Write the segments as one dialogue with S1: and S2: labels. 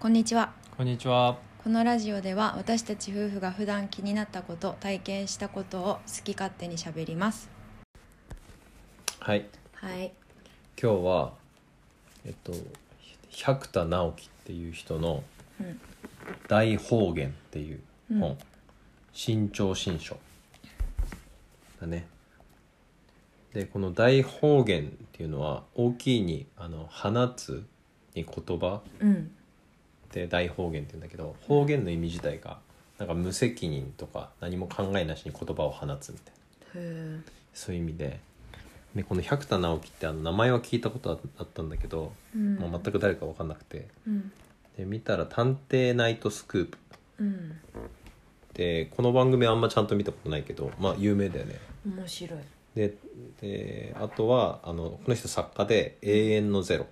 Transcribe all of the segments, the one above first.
S1: こんにちは
S2: こんにちは。
S1: このラジオでは私たち夫婦が普段気になったこと体験したことを好き勝手にしゃべります
S2: はい。
S1: はい
S2: 今日はえっと百田直樹っていう人の
S1: うん
S2: 「大方言」っていう本、
S1: うん
S2: 新潮新書だね。でこの「大方言」っていうのは大きいにあの放つに言葉
S1: うん
S2: で大方言って言うんだけど方言の意味自体がなんか無責任とか何も考えなしに言葉を放つみたいな。
S1: へえ
S2: そういう意味ででこの百田直樹ってあの名前は聞いたことああったんだけど、
S1: うん
S2: もう全く誰か分かんなくて
S1: うん
S2: で見たら「探偵ナイトスクープ
S1: うん」
S2: でこの番組あんまちゃんと見たことないけどまあ有名だよね
S1: 面白い
S2: でであとはあのこの人作家で「永遠のゼロ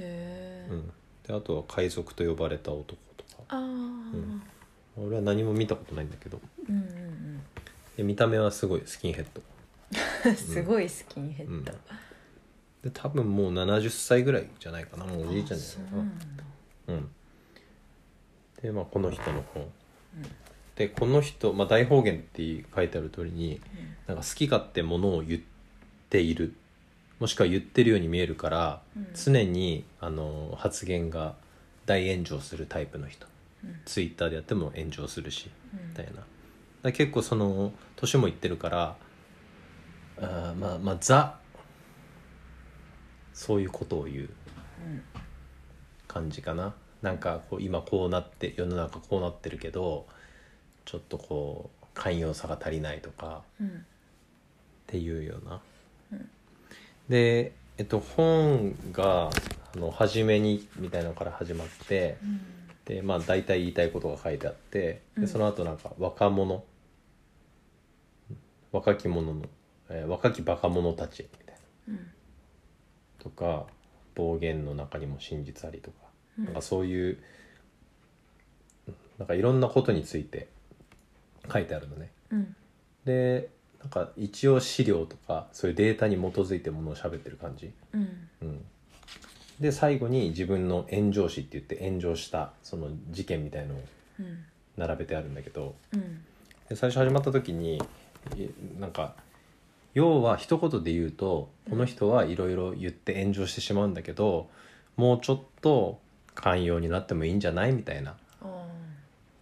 S1: へ」え、
S2: うん、であとは「海賊と呼ばれた男」とか
S1: ああ、うん、
S2: 俺は何も見たことないんだけど
S1: うんうん
S2: で見た目はすごいスキンヘッ
S1: う
S2: ド、
S1: ん すごいスキンヘ
S2: うん
S1: ッド、、
S2: で多分もう70歳ぐらいじゃないかなもうおじいちゃんじ
S1: そ
S2: ゃ
S1: う
S2: ないか
S1: な
S2: なん
S1: だ
S2: うん、でまあこの人の本、でこの人、まあ、大方言って書いてある通りに、なんか好き勝手ものを言っているもしくは言ってるように見えるから、
S1: うん
S2: 常にあの発言が大炎上するタイプの人、
S1: うん
S2: ツイッターでやっても炎上するし
S1: うん
S2: みたいな、だから結構その年もいってるからあーまあまあザそういうことを言う感じかななんかこう今こうなって世の中こうなってるけどちょっとこう寛容さが足りないとか
S1: うんうん
S2: っていうような、
S1: うん
S2: で、えっと、本があの初めにみたいなのから始まって
S1: うん
S2: でまあ大体言いたいことが書いてあって
S1: うん
S2: でその後なんか若者若き者の、えー若きバカ者たちみたいな
S1: うん
S2: とか暴言の中にも真実ありとか、
S1: うん
S2: なんかそういうなんかいろんなことについて書いてあるのね。
S1: うん
S2: でなんか一応資料とかそういうデータに基づいてものを喋ってる感じ。
S1: うん
S2: うん、で最後に自分の炎上史って言って炎上したその事件みたいのを
S1: うん
S2: 並べてあるんだけど
S1: うん
S2: で最初始まった時にいなんか要は一言で言うとこの人はいろいろ言って炎上してしまうんだけどもうちょっと寛容になってもいいんじゃないみたいな
S1: ああ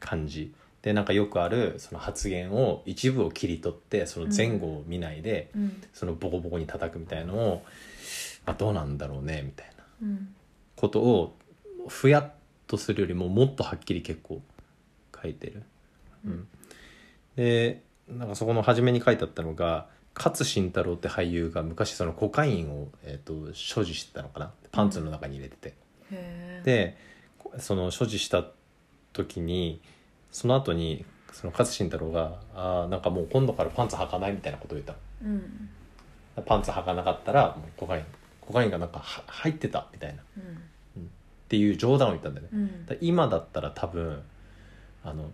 S2: 感じでなんかよくあるその発言を一部を切り取ってその前後を見ないで、
S1: うん
S2: そのボコボコに叩くみたいのを、あ、どうなんだろうねみたいな
S1: うん
S2: ことをふやっとするよりももっとはっきり結構書いてる。うん、でなんかそこの初めに書いてあったのが勝慎太郎って俳優が昔そのコカインを、えー、と所持してたのかなパンツの中に入れてて。
S1: へえ
S2: でこその所持した時にその後にその勝慎太郎が「あーなんかもう今度からパンツ履かない」みたいなことを言ったの。
S1: うん
S2: パンツ履かなかったらもうコカインコカインがなんかは入ってたみたいなっ
S1: うん
S2: ていう冗談を言ったんだよね、
S1: うん
S2: だから今だったら多分あの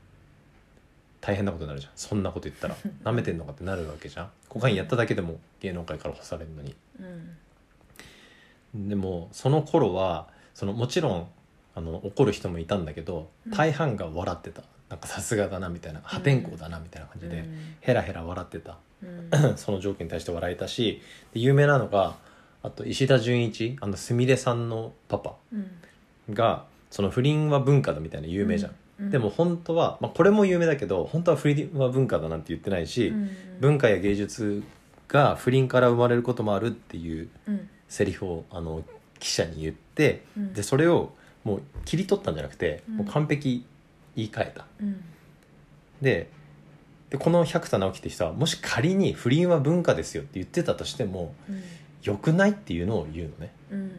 S2: 大変なことになるじゃんそんなこと言 ったら舐めてんのかってなるわけじゃんコカインやっただけでも芸能界から干されるのに
S1: うん
S2: でもその頃はそのもちろんあの怒る人もいたんだけど
S1: うん
S2: 大半が笑ってた、なんかさすがだなみたいな破天荒だなみたいな感じで、ヘラヘラ笑ってた
S1: うん
S2: その条件に対して笑えたしで有名なのがあと石田純一あのすみれさんのパパ
S1: うん
S2: がその不倫は文化だみたいな有名じゃん、
S1: うん
S2: でも本当は、まあ、これも有名だけど本当は不倫は文化だなんて言ってないし、
S1: うん
S2: 文化や芸術が不倫から生まれることもあるっていう
S1: うん
S2: セリフをあの記者に言って
S1: うん
S2: でそれをもう切り取ったんじゃなくて、
S1: うん
S2: もう完璧言い換えた
S1: うん
S2: ででこの百田直樹って人はもし仮に不倫は文化ですよって言ってたとしても
S1: うん
S2: 良くないっていうのを言うのね
S1: うん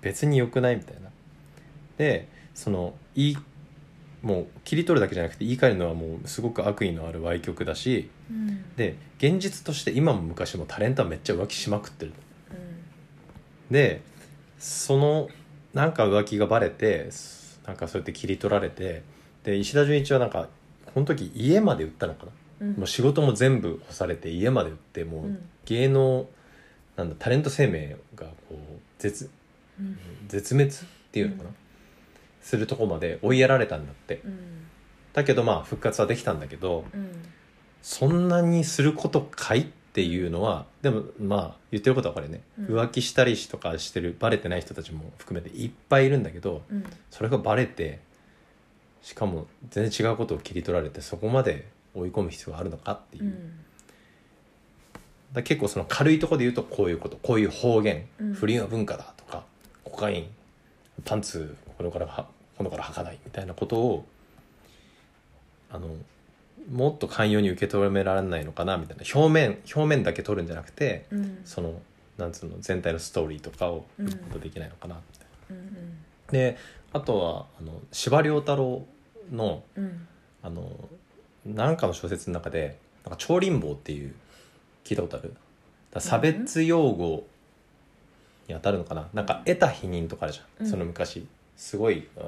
S2: 別に良くないみたいなでその言いもう切り取るだけじゃなくて言い換えるのはもうすごく悪意のある歪曲だし
S1: うん
S2: で現実として今も昔もタレントはめっちゃ浮気しまくってる
S1: うん
S2: でそのなんか浮気がバレてすなんかそうやって切り取られてで石田純一はなんかこの時家まで売ったのかな
S1: うん
S2: もう仕事も全部干されて家まで売ってもう芸能なんだタレント生命がこう絶
S1: うん
S2: 絶滅っていうのかな、するとこまで追いやられたんだって
S1: うん
S2: だけどまあ復活はできたんだけど
S1: うん
S2: そんなにすることかいっていうのはでもまあ言ってることはわかるよね、
S1: うん
S2: 浮気したりとかしてるバレてない人たちも含めていっぱいいるんだけど
S1: うん
S2: それがバレてしかも全然違うことを切り取られてそこまで追い込む必要があるのかっていう、
S1: う
S2: だか
S1: ん
S2: ら結構その軽いところで言うとこういうことこういう方言、
S1: うん
S2: 不倫は文化だとかコカインパンツ心からは心から履かないみたいなことをあのもっと寛容に受け止められないのかなみたいな表面表面だけ取るんじゃなくて
S1: うん
S2: そのなんつうの全体のストーリーとかを見ることできないのかなみたいな。
S1: うん
S2: であとはあの司馬遼太郎の
S1: うん
S2: あのなんかの小説の中で「なんか超貧乏」っていう聞いたことあるだから差別用語に当たるのかな、なんか得た否認とかあるじゃん、
S1: うん
S2: その昔すごい、うん、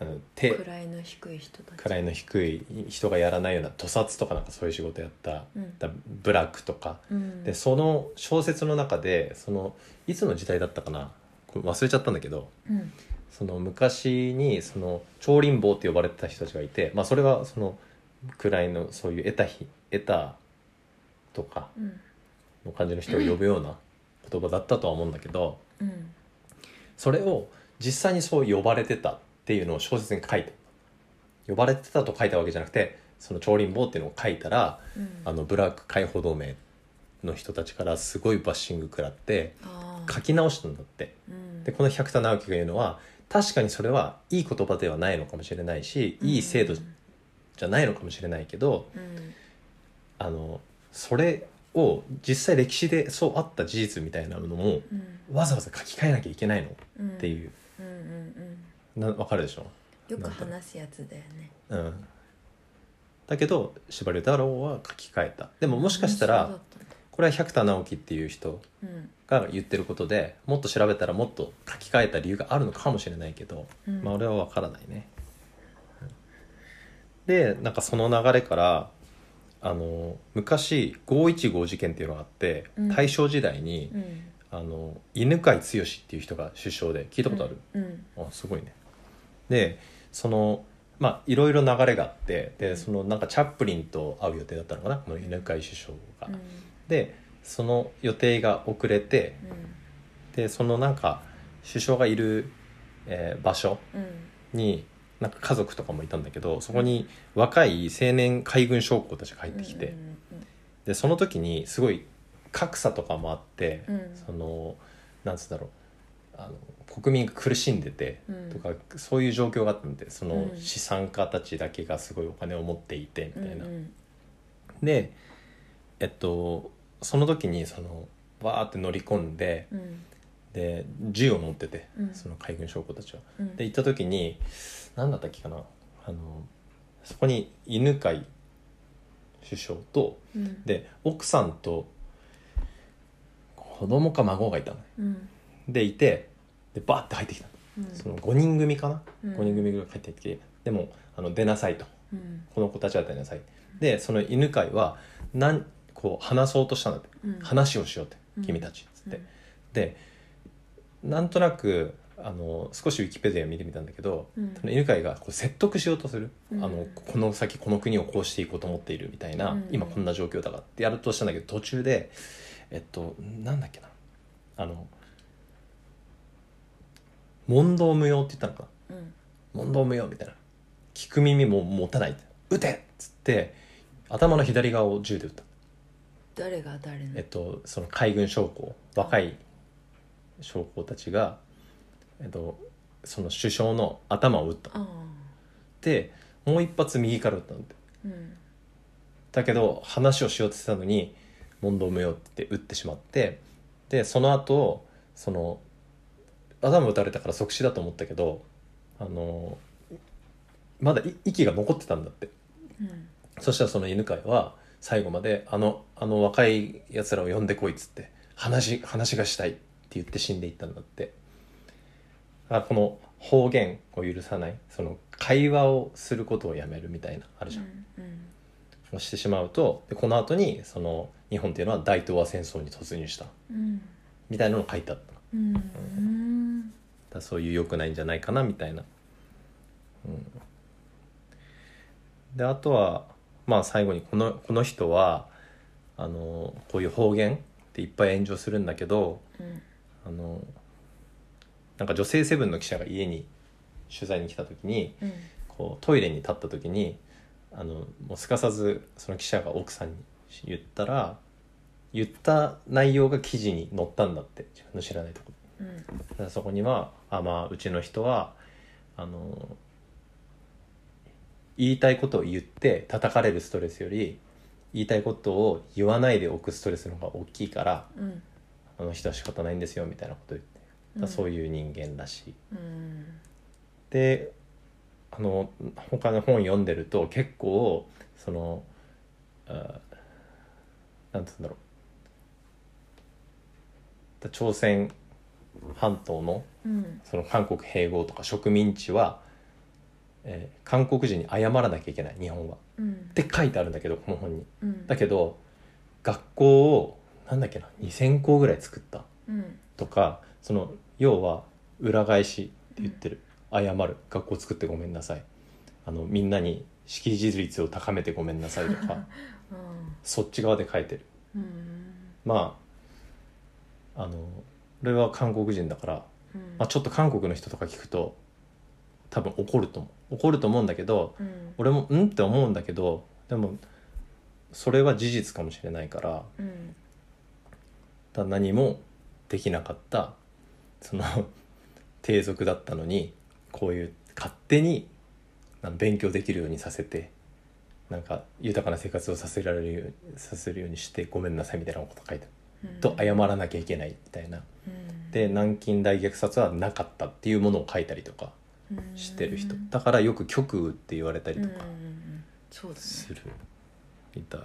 S2: あの手
S1: 位の低い人たち
S2: 位の低い人がやらないような屠殺とかなんかそういう仕事やった、
S1: うん
S2: だブラックとか
S1: うん
S2: でその小説の中でそのいつの時代だったかなこれ忘れちゃったんだけど
S1: うん
S2: その昔にその超貧乏って呼ばれてた人たちがいて、まあ、それはその位のそういう得た日得たとか
S1: うん
S2: の感じの人を呼ぶような言葉だったとは思うんだけど
S1: うん
S2: それを実際にそう呼ばれてたっていうのを小説に書いて呼ばれてたと書いたわけじゃなくてその超貧乏っていうのを書いたら
S1: うん
S2: あのブラック解放同盟の人たちからすごいバッシング食らって
S1: あー
S2: 書き直したんだって。
S1: うん
S2: でこの百田直樹が言うのは確かにそれはいい言葉ではないのかもしれないしいい制度じゃないのかもしれないけど、
S1: うん
S2: あのそれを実際歴史でそうあった事実みたいなのも
S1: うん
S2: わざわざ書き換えなきゃいけないのっ
S1: うん
S2: ていう、
S1: うんうんうん
S2: なわかるでしょ、
S1: よく話すやつだよね
S2: うん、だけど司馬太郎は書き換えたでももしかしたらこれは百田直樹っていう人
S1: うん
S2: が言ってることでもっと調べたらもっと書き換えた理由があるのかもしれないけど、
S1: うん
S2: まあ俺は分からないね。でなんかその流れからあの昔515事件っていうのがあって、
S1: うん
S2: 大正時代に
S1: うん
S2: あの犬飼剛っていう人が首相で聞いたことある、
S1: うん
S2: あすごいね。でそのまあいろいろ流れがあって
S1: う
S2: で
S1: ん
S2: そのなんかチャップリンと会う予定だったのかなこの犬飼首相が。
S1: うん
S2: でその予定が遅れてでそのなんか首相がいる、えー場所
S1: うん
S2: になんか家族とかもいたんだけどそこに若い青年海軍将校たちが入っ
S1: うん
S2: てきて、
S1: うん
S2: でその時にすごい格差とかもあって、
S1: うん
S2: そのなんつうんだろうあの国民が苦しんでて
S1: うん
S2: とか、そういう状況があったんでその
S1: うん
S2: 資産家たちだけがすごいお金を持っていて
S1: うん
S2: みたいな。
S1: うん
S2: でえっとその時にそのわーって乗り込んで
S1: うん
S2: で銃を持ってて、
S1: うん
S2: その海軍将校たちは。
S1: うん
S2: で行った時に何だったっけかなあのそこに犬飼首相と
S1: うん
S2: で奥さんと子供か孫がいたのね
S1: うん
S2: でいてでバーって入ってきたの
S1: うん
S2: その5人組かな、
S1: うん
S2: 5人組ぐらい入ってきてでもあの出なさいと
S1: うん
S2: この子たちは出なさいでその犬飼はなんこう話そうとしたんだって、
S1: うん
S2: 話をしようって
S1: うん
S2: 君たちっつって、
S1: うん
S2: でなんとなくあの少しウィキペディア見てみたんだけど、
S1: うん
S2: その犬飼がこう説得しようとする、
S1: うん
S2: あのこの先この国をこうしていこうと思っているみたいな、
S1: うん
S2: 今こんな状況だからってやるとしたんだけど途中でえっとなんだっけなあの問答無用って言ったのかな
S1: うん
S2: 問答無用みたいな聞く耳も持たない撃てっつって頭の左側を銃で撃った、
S1: 誰が誰の
S2: えっと、その海軍将校若い将校たちが、えっと、その首相の頭を撃った
S1: ああ
S2: でもう一発右から撃ったんで
S1: うん
S2: だけど話をしようとしてたのに問答無用って撃ってしまってでその後その頭撃たれたから即死だと思ったけどあのまだい息が残ってたんだって
S1: うん
S2: そしたらその犬飼は最後まであの「あの若いやつらを呼んでこい」っつって話「話がしたい」って言って死んでいったんだってだからこの方言を許さないその会話をすることをやめるみたいなあるじゃん、
S1: うん
S2: をしてしまうとでこの後にその日本っていうのは大東亜戦争に突入した
S1: うん
S2: みたいなのが書いてあっただか
S1: うんうん
S2: らそういう良くないんじゃないかなみたいなであとはまあ最後にこのこの人はあのこういう方言っていっぱい炎上するんだけど
S1: うん
S2: あのなんか女性セブンの記者が家に取材に来た時に
S1: うん
S2: こうトイレに立った時にあのもうすかさずその記者が奥さんに言ったら言った内容が記事に載ったんだって自分の知らないところ
S1: うん
S2: だからそこにはあ、まあ、うちの人はあの言いたいことを言って叩かれるストレスより言いたいことを言わないでおくストレスの方が大きいから
S1: うん
S2: あの人は仕方ないんですよみたいなことを言って、
S1: うん
S2: そういう人間らしい。
S1: うん
S2: であの他の本読んでると結構そのあなんて言うんだろう朝鮮半島の
S1: うん
S2: その韓国併合とか植民地は、えー韓国人に謝らなきゃいけない日本は。
S1: うん
S2: って書いてあるんだけどこの本に。
S1: うん
S2: だけど学校をなんだっけな2,000校ぐらい作った
S1: うん
S2: とかその要は裏返しって言ってる、謝る学校作ってごめんなさいあのみんなに識字率を高めてごめんなさいとか
S1: うん
S2: そっち側で書いてる
S1: うん
S2: まああの俺は韓国人だから
S1: うん
S2: まあ、ちょっと韓国の人とか聞くと多分怒ると思う怒ると思うんだけど
S1: うん
S2: 俺も「うん?」って思うんだけどでもそれは事実かもしれないから
S1: うん
S2: ただ何もできなかったその 低俗だったのにこういう勝手になん勉強できるようにさせてなんか豊かな生活をさせられるようさせるようにしてごめんなさいみたいなこと書いてある
S1: うん
S2: と謝らなきゃいけないみたいな
S1: うん
S2: で南京大虐殺はなかったっていうものを書いたりとか。
S1: うん
S2: してる人
S1: うん
S2: だからよく極右って言われたりとか
S1: うんうんうんそうです
S2: す
S1: ね
S2: るみたい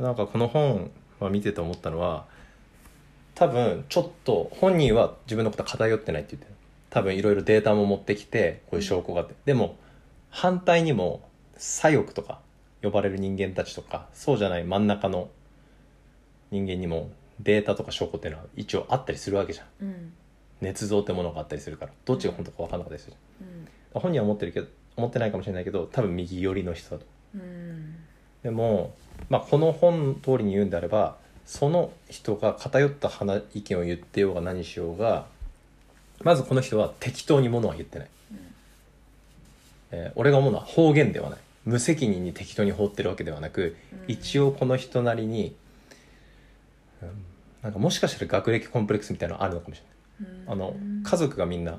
S2: なんかこの本、まあ、見てて思ったのは多分ちょっと本人は自分のこと偏ってないって言ってる多分いろいろデータも持ってきてこういう証拠があってでも反対にも左翼とか呼ばれる人間たちとかそうじゃない真ん中の人間にもデータとか証拠っていうのは一応あったりするわけじゃん
S1: うん
S2: 捏造ってものがあったりするからどっちが本当か分かんなかったりするじ
S1: う
S2: ゃん
S1: ん
S2: 本人は思ってるけど思ってないかもしれないけど多分右寄りの人だと
S1: うん
S2: でも、まあ、この本通りに言うんであればその人が偏った話意見を言ってようが何しようがまずこの人は適当にものは言ってない、えー俺が思うのは方言ではない無責任に適当に放ってるわけではなく、
S1: うん
S2: 一応この人なりに、うんなんかもしかしたら学歴コンプレックスみたいなのあるのかもしれ
S1: うん
S2: ないあの家族がみんな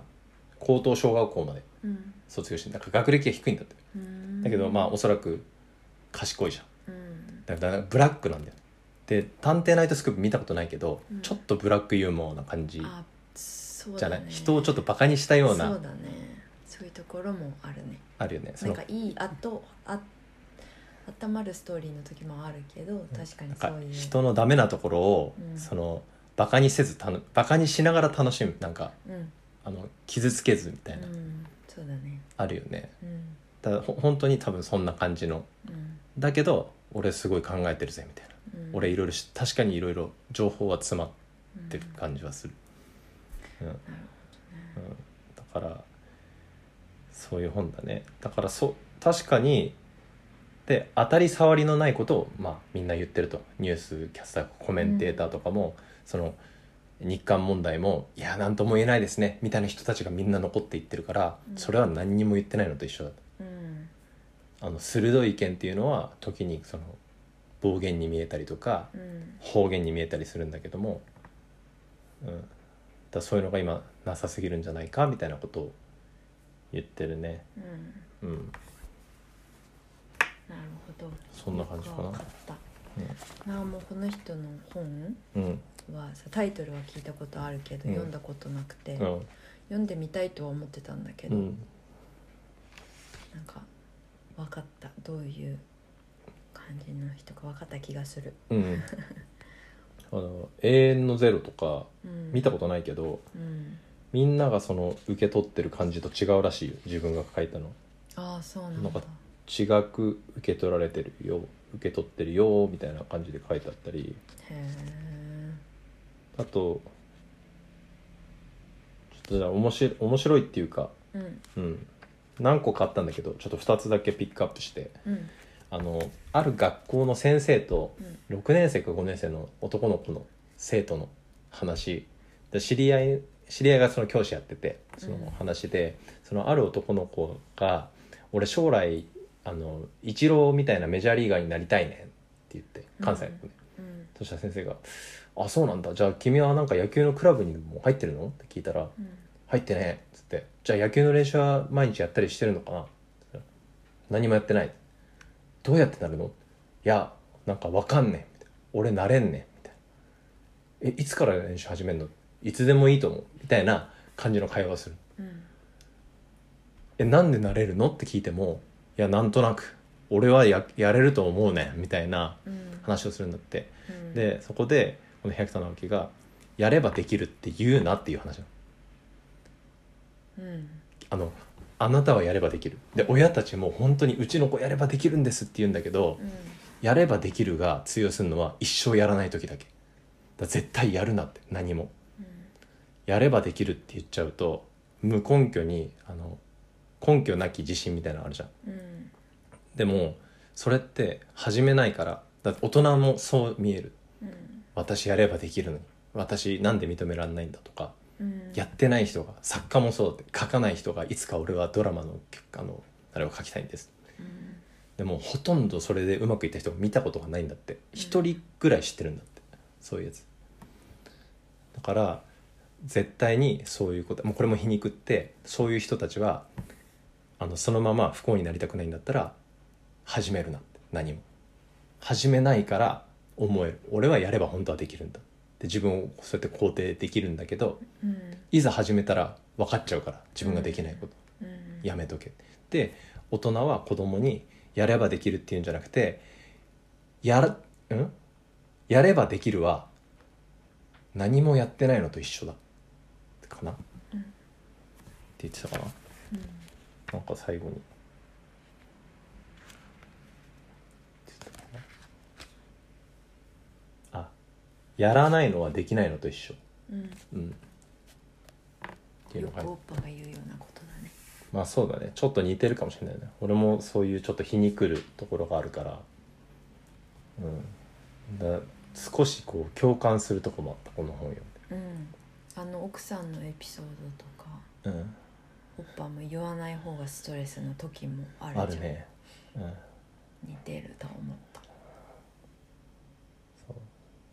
S2: 高等小学校まで
S1: うん
S2: 卒業してなんか学歴が低いんだって
S1: うん
S2: だけどまあおそらく賢いじゃん
S1: うん
S2: だからブラックなんだよねで「探偵ナイトスクープ」見たことないけど、
S1: うん
S2: ちょっとブラックユーモアな感じ
S1: あそう
S2: じゃ
S1: だ
S2: ない、
S1: ね
S2: 人をちょっとバカにしたよう
S1: そ
S2: な
S1: うだねそういうところもあるね
S2: あるよねそ
S1: なん
S2: の
S1: かいいあとあ温まるストーリーの時もあるけど確か
S2: な
S1: に
S2: ん
S1: そ
S2: か
S1: ういう
S2: 人のダメなところを、
S1: うん
S2: そのバカにせずたのバカにしながら楽しむなんか
S1: うん
S2: あの傷つけずみたいな、
S1: うんそうだね
S2: あるよね
S1: うん
S2: だからほ本当に多分そんな感じの
S1: うん
S2: だけど俺すごい考えてるぜみたいな、
S1: うん
S2: 俺いろいろし確かにいろいろ情報は詰まって
S1: うん
S2: ってる感じはする、うんうん、だからそういう本だねだからそ確かにで当たり障りのないことを、まあ、みんな言ってるとニュースキャスターコメンテーターとかも、その日韓問題もいや何とも言えないですねみたいな人たちがみんな残っていってるから、
S1: うん
S2: それは何にも言ってないのと一緒だと
S1: うん
S2: あの鋭い意見っていうのは時にその暴言に見えたりとか
S1: うん
S2: 方言に見えたりするんだけども、うん、だそういうのが今なさすぎるんじゃないかみたいなことを言ってるね、
S1: うん
S2: うん、
S1: なるほど
S2: そんな感じかな
S1: よくわったなあもうこの人の本
S2: うん
S1: はさタイトルは聞いたことあるけど、
S2: うん
S1: 読んだことなくて、
S2: うん
S1: 読んでみたいとは思ってたんだけ
S2: う
S1: ど、
S2: ん
S1: なんか分かったどういう感じの人か分かった気がする、
S2: うんあの「永遠のゼロ」とか
S1: うん、
S2: 見たことないけど
S1: うん
S2: みんながその受け取ってる感じと違うらしいよ自分が書いたの
S1: ああそうなんだ
S2: なんか違く受け取られてるよ受け取ってるよみたいな感じで書いてあったり
S1: へえ
S2: あとちょっとじゃあ面白い面白いっていうか
S1: うん
S2: うん、何個かあったんだけどちょっと2つだけピックアップして
S1: うん
S2: あのある学校の先生と
S1: うん
S2: 6年生か5年生の男の子の生徒の話で知り合い知り合いがその教師やっててそ
S1: うん
S2: の話で、そのある男の子が「俺将来あのイチローみたいなメジャーリーガーになりたいねん」って言って関西の子ね、
S1: うん
S2: そしたら先生が「あそうなんだじゃあ君はなんか野球のクラブにも入ってるの?」って聞いたら「
S1: うん
S2: 入ってねえ」っつって「じゃあ野球の練習は毎日やったりしてるのかな?」何もやってない」「どうやってなるの?」「いやなんかわかんねえ」みたいな「俺なれんねえ」みたいな「えいつから練習始めるの?」「いつでもいいと思う」みたいな感じの会話をする
S1: うん
S2: 「えなんでなれるの?」って聞いても「いやなんとなく俺はややれると思うねん」みたいな
S1: うん
S2: 話をするんだって。
S1: うん
S2: でそこでこの百田直樹が「やればできるって言うな」っていう話なの
S1: うん
S2: あのあなたはやればできるで親たちも本当にうちの子やればできるんですって言うんだけど
S1: うん
S2: やればできるが通用するのは一生やらない時だけだから絶対やるなって何も
S1: うん
S2: やればできるって言っちゃうと無根拠にあの根拠なき自信みたいなのあるじゃん
S1: うん
S2: でもそれって始めないからだって大人もそう見える
S1: うん
S2: 私やればできるのに私なんで認められないんだとか
S1: うん
S2: やってない人が作家もそうだって書かない人がいつか俺はドラマのあのあれを書きたいんです
S1: うん
S2: でもほとんどそれでうまくいった人を見たことがないんだって
S1: うん
S2: 一人ぐらい知ってるんだってそういうやつだから絶対にそういうこともうこれも皮肉ってそういう人たちはあのそのまま不幸になりたくないんだったら始めるなって何も始めないから思える俺はやれば本当はできるんだって自分をそうやって肯定できるんだけど
S1: うん
S2: いざ始めたら分かっちゃうから自分ができないこと、
S1: うん
S2: やめとけで大人は子供にやればできるっていうんじゃなくてやらんやればできるは何もやってないのと一緒だかな、
S1: うん
S2: って言ってたかな
S1: うん
S2: なんか最後にあやらないのはできないのと一緒
S1: うん
S2: うんっていう
S1: よ
S2: のが
S1: くオッパが言うようなことだね
S2: まあそうだねちょっと似てるかもしれないね俺もそういうちょっと皮肉るところがあるからうんだ少しこう共感するとこもあったこの本
S1: う
S2: 読ん
S1: んあの奥さんのエピソードとか
S2: でうん
S1: オッパも言わない方がストレスの時もあるじゃ
S2: あ
S1: ん
S2: るねうん
S1: 似てると思った
S2: そう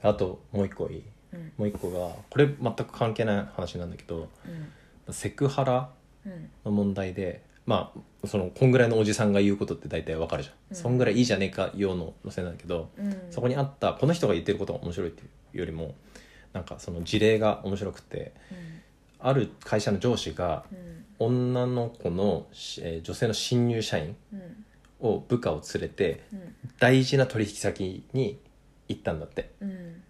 S2: あともう一個いい
S1: うん
S2: もう一個がこれ全く関係ない話なんだけど
S1: うん
S2: セクハラ
S1: うん
S2: の問題でまあそのこんぐらいのおじさんが言うことって大体わかるじゃん、
S1: うん
S2: そんぐらいいいじゃねえかようの路線なんだけど、
S1: うん
S2: そこにあったこの人が言ってることが面白いっていうよりもなんかその事例が面白くて
S1: うん
S2: ある会社の上司が
S1: うん
S2: 女の子の、えー女性の新入社員
S1: うん
S2: を部下を連れて
S1: うん
S2: 大事な取引先に行ったんだって
S1: うん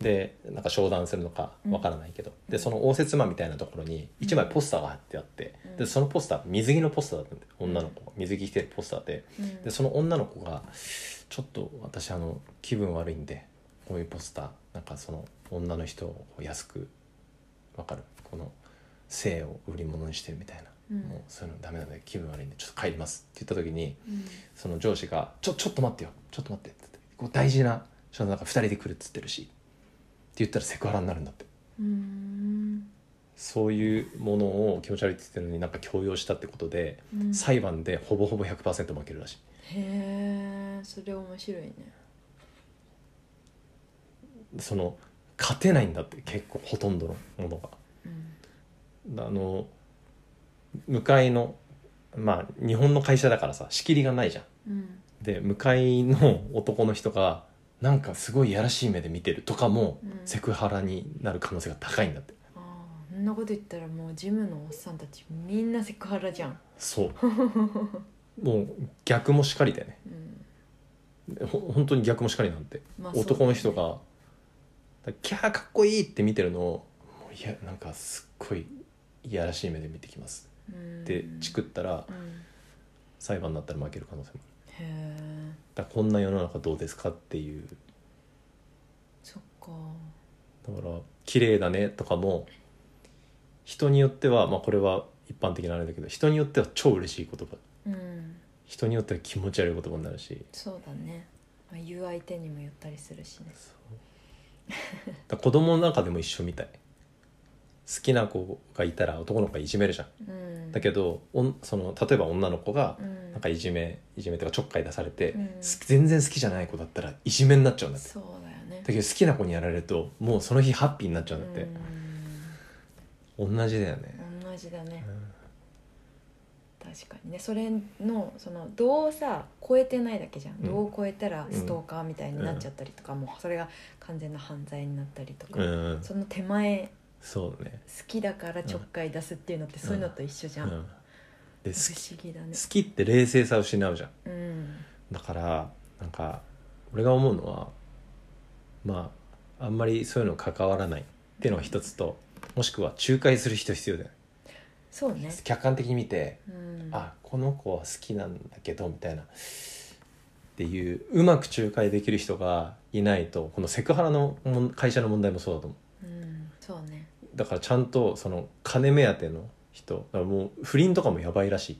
S2: でなんか商談するのかわからないけど、
S1: うん
S2: でその応接間みたいなところに1枚ポスターが貼ってあって、
S1: うん
S2: でそのポスター水着のポスターだったんだよ女の子が水着着てるポスターで
S1: うん
S2: でその女の子が「ちょっと私あの気分悪いんでこういうポスターなんかその女の人をこう安くわかるこの性を売り物にしてるみたいな、
S1: うん
S2: もうそういうのダメなんで気分悪いんでちょっと帰ります」って言った時に
S1: うん
S2: その上司が「ちょちょっと待ってよちょっと待って」って言ってこう大事なそのなんか2人で来るっつってるしって言ったらセクハラになるんだって
S1: うーん
S2: そういうものを気持ち悪いって言ってるのになんか強要したってことで
S1: うん
S2: 裁判でほぼほぼ100%負けるらしい。
S1: へえそれ面白いね
S2: その勝てないんだって結構ほとんどのもの
S1: うん
S2: があの向かいのまあ日本の会社だからさ仕切りがないじゃん
S1: うん
S2: で向かいの男の人がなんかすごいやらしい目で見てるとかも
S1: うん
S2: セクハラになる可能性が高いんだって
S1: ああそんなこと言ったらもうジムのおっさんたちみんなセクハラじゃん
S2: そうもう 逆もしかりだよね
S1: うん
S2: ほ本当に逆もしかりなんて
S1: まあ
S2: 男の人が「キャーかっこいい!」って見てるのをもういやなんかすっごいいやらしい目で見てきますってチク
S1: っ
S2: ったら
S1: うん
S2: 裁判になったら負ける可能性もある
S1: へえ
S2: だからこんな世の中どうですかっていう
S1: そっか
S2: だから綺麗だねとかも人によってはまあこれは一一般的なあれだけど人によっては超嬉しい言葉
S1: うん
S2: 人によっては気持ち悪い言葉になるし
S1: そうだね、まあ、言う相手にも言ったりするしね
S2: そうだから子供の中でも一緒みたい好きな子がいたら男の子がいじめるじゃん
S1: うん
S2: だけどおんその例えば女の子が
S1: うん
S2: なんかいじめいじめとかちょっかい出されて、
S1: うん
S2: す全然好きじゃない子だったらいじめになっちゃうんだって
S1: そうだよね
S2: だけど好きな子にやられるともうその日ハッピーになっちゃうんだって、同じだよね、
S1: うん同じだね
S2: うん
S1: 確かにねそれのその度をさ超えてないだけじゃん、
S2: うん
S1: 度を超えたらストーカーみたいになっちゃったりとか、もうそれが完全な犯罪になったりとか、
S2: うん、
S1: その手前
S2: そうだね、
S1: 好きだからちょっかい出すっていうのってそういうのと一緒じ
S2: う
S1: ゃん、不
S2: ん、で好き
S1: 思議だね
S2: 好きって冷静さを失うじゃん
S1: うん
S2: だからなんか俺が思うのはまああんまりそういうの関わらないっていうのが一つともしくは仲介する人必要だよね
S1: そうね
S2: 客観的に見て
S1: うん
S2: あこの子は好きなんだけどみたいなっていううまく仲介できる人がいないとこのセクハラのもん会社の問題もそうだと思
S1: うんそうね
S2: うだからちゃんとその金目当ての人だからもう不倫とかもやばいらしい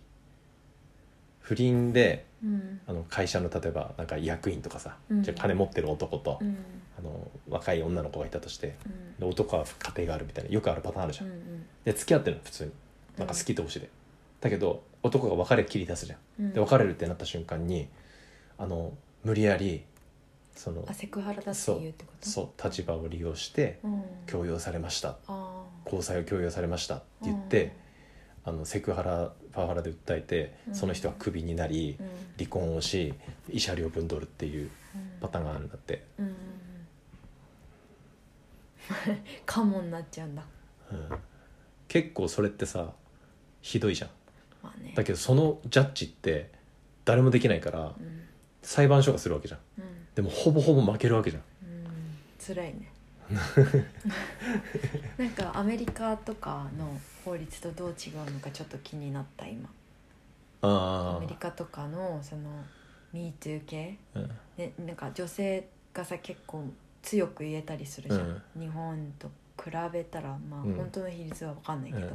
S2: 不倫で
S1: うん
S2: あの会社の例えばなんか役員とかさ、
S1: うん
S2: じゃあ金持ってる男と、
S1: うん
S2: あの若い女の子がいたとして
S1: うん
S2: で男は家庭があるみたいなよくあるパターンあるじゃ、
S1: うんん
S2: で付き合ってるの普通になんか好き同士で、だけど男が別れ切り出すじゃん
S1: うん
S2: で別れるってなった瞬間にあの無理やりその
S1: あセクハラだっていうってこと
S2: そう立場を利用して
S1: うん
S2: 強要されました
S1: あー
S2: 交際を強要されましたって言って、あのセクハラパワハラで訴えて
S1: うん
S2: その人はクビになり
S1: うんうん
S2: 離婚をし慰謝料分取るっていう
S1: うん
S2: パターンがあるんだって、
S1: うんうん うんカモになっちゃうんだ
S2: うん、結構それってさひどいじゃん
S1: まあね
S2: だけどそのジャッジって誰もできないから
S1: うん
S2: 裁判所がするわけじゃん
S1: うん
S2: でもほぼほぼ負けるわけじゃん
S1: うん辛い ねなんかアメリカとかの法律とどう違うのかちょっと気になった今ア
S2: あ
S1: メリカとかのその「MeToo」系、
S2: あ、うん
S1: ね、なんか女性がさ結構強く言えたりするじゃん、日本と比べたらまあ、
S2: うん
S1: 本当の比率は分かんないけど、
S2: うん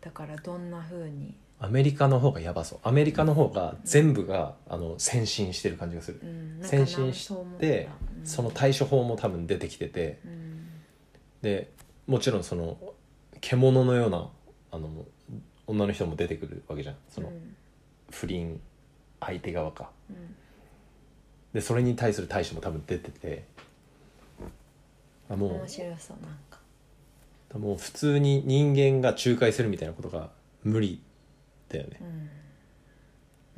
S1: だからどんなふうに、
S2: アメリカの方がやばそうアメリカの方が全部が、あの先進してる感じがする
S1: う、ん、なんかな
S2: 先進し
S1: そう思った
S2: て
S1: うん
S2: その対処法も多分出てきてて
S1: うん
S2: でもちろんその獣のようなあの女の人も出てくるわけじゃんその
S1: うん
S2: 不倫相手側か
S1: うん
S2: でそれに対する対処も多分出ててあも
S1: 面
S2: う
S1: 白そうなんか
S2: もう普通に人間が仲介するみたいなことが無理だよね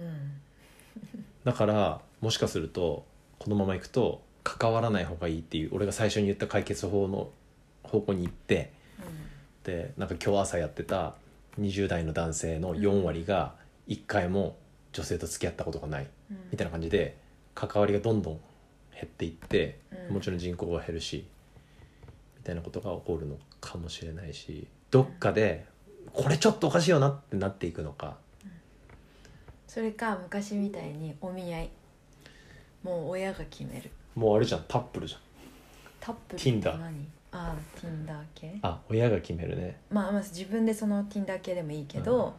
S1: うんうん
S2: だからもしかするとこのままいくと関わらない方がいいっていう俺が最初に言った解決法の方向に行ってでなんか今日朝やってた20代の男性の4割が1回も女性と付き合ったことがない
S1: うん
S2: みたいな感じで関わりがどんどん減っていって
S1: うん
S2: もちろん人口は減るしみたいなことが起こるのかもしれないしどっかでこれちょっとおかしいよなってなっていくのか
S1: それか昔みたいにお見合いもう親が決める
S2: もうあれじゃんタップルじゃん
S1: タップルって
S2: Tinder
S1: 何ああ Tinder 系
S2: あ親が決めるね
S1: まあまあ自分でその Tinder 系でもいいけど、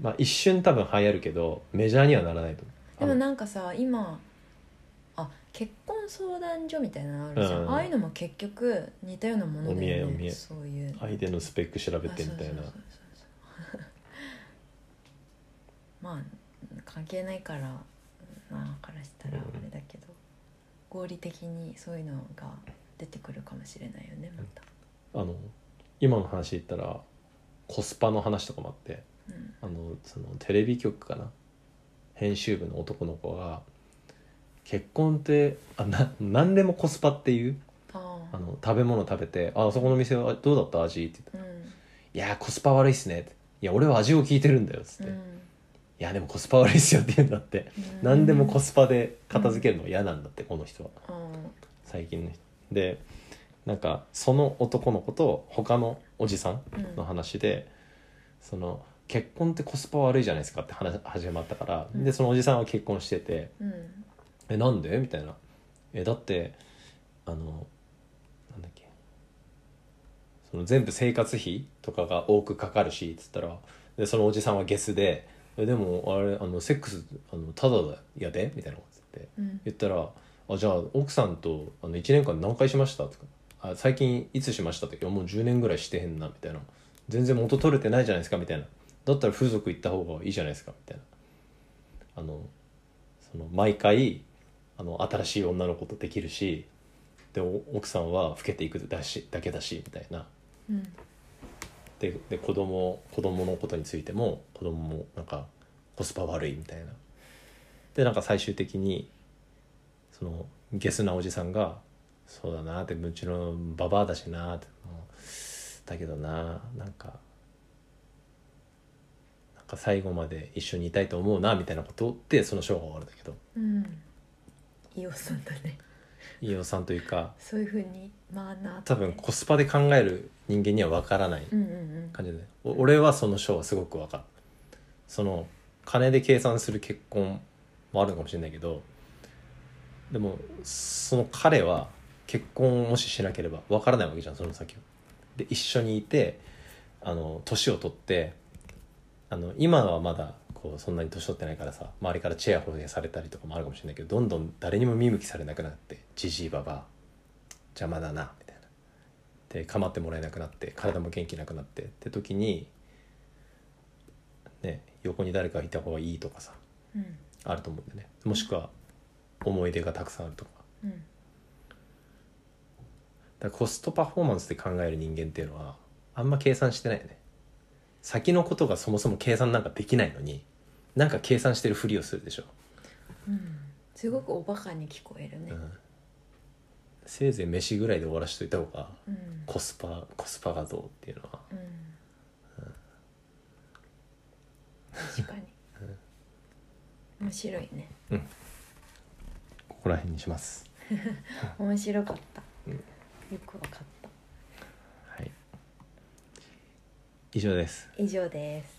S2: まあ一瞬多分流行るけどメジャーにはならないと思
S1: で
S2: う
S1: もなんかさ今あ結婚相談所みたいなのあるじゃん、
S2: うん
S1: ああいうのも結局似たようなものだよ
S2: お見合いお見合
S1: ね
S2: い
S1: そういう
S2: あの相手のスペック調べてみたいな
S1: あそうそうそうそうそう まあ関係ないからまあからしたらあれだけど、合理的にそういうのが出てくるかもしれないよねまた、
S2: あの今の話言ったらコスパの話とかもあって
S1: うん
S2: あのそのテレビ局かな編集部の男の子が結婚ってあな何でもコスパっていう
S1: あ
S2: あ
S1: あ
S2: の食べ物食べて「ああそこの店はどうだった味?」って言って
S1: うん
S2: 「いやーコスパ悪いっすね」って「いや俺は味を聞いてるんだよ」っつっ
S1: う
S2: て「い
S1: ん
S2: やでもコスパ悪いっすよ」って言うんだって
S1: うん
S2: 何でもコスパで片付けるの嫌なんだってこの人は
S1: ああ
S2: 最近の人でなんかその男の子と他のおじさんの話で、その結婚ってコスパ悪いじゃないですかって話始まったから、
S1: うん
S2: でそのおじさんは結婚してて
S1: うん
S2: 「えなんで?」みたいな「えだってあのなんだっけその全部生活費とかが多くかかるし」っつったらでそのおじさんはゲスで「えでもあれあのセックスあのただやで」みたいなこと言って
S1: うん
S2: 言ったら「あじゃあ奥さんとあの1年間何回しました?」とかあ「最近いつしました?」って「いやもう10年ぐらいしてへんな」みたいな「全然元取れてないじゃないですか」みたいな「だったら風俗行った方がいいじゃないですか」みたいなあのその毎回あの新しい女の子とできるしでお奥さんは老けていくだしだけだしみたいな
S1: うん
S2: でで子供子供のことについても子供もなんかコスパ悪いみたいなでなんか最終的にそのゲスなおじさんが「そうだな」ってうちのババアだしなってもうだけどななんかなんか最後まで一緒にいたいと思うなみたいなことってそのショーが終わるんだけど
S1: うんイオさんだね
S2: 飯尾さんというか
S1: そういうふうにマナーって
S2: 多分コスパで考える人間には分からない
S1: うんうん
S2: 感じでお俺はその章はすごく分かるその金で計算する結婚もあるのかもしれないけどでもその彼は結婚をもししなければ分からないわけじゃんその先をで一緒にいてあの年を取ってあの今はまだこうそんなに年取ってないからさ周りからチェア放映されたりとかもあるかもしれないけどどんどん誰にも見向きされなくなってじじいばば邪魔だなみたいなで構ってもらえなくなって体も元気なくなってって時にね横に誰かいた方がいいとかさ
S1: うんうん
S2: あると思うんでねもしくは思い出がたくさんあるとか
S1: うん
S2: だからコストパフォーマンスで考える人間っていうのはあんま計算してないよね先のことがそもそも計算なんかできないのになんか計算してるふりをするでしょ、
S1: うんすごくおバカに聞こえるね
S2: うん、せいぜい飯ぐらいで終わらしといた方が
S1: うん
S2: コスパコスパがどうっていうのは
S1: うん確かに面白いね
S2: ここら辺にします
S1: 面白かった
S2: うん
S1: よくわかった
S2: はい以上です
S1: 以上です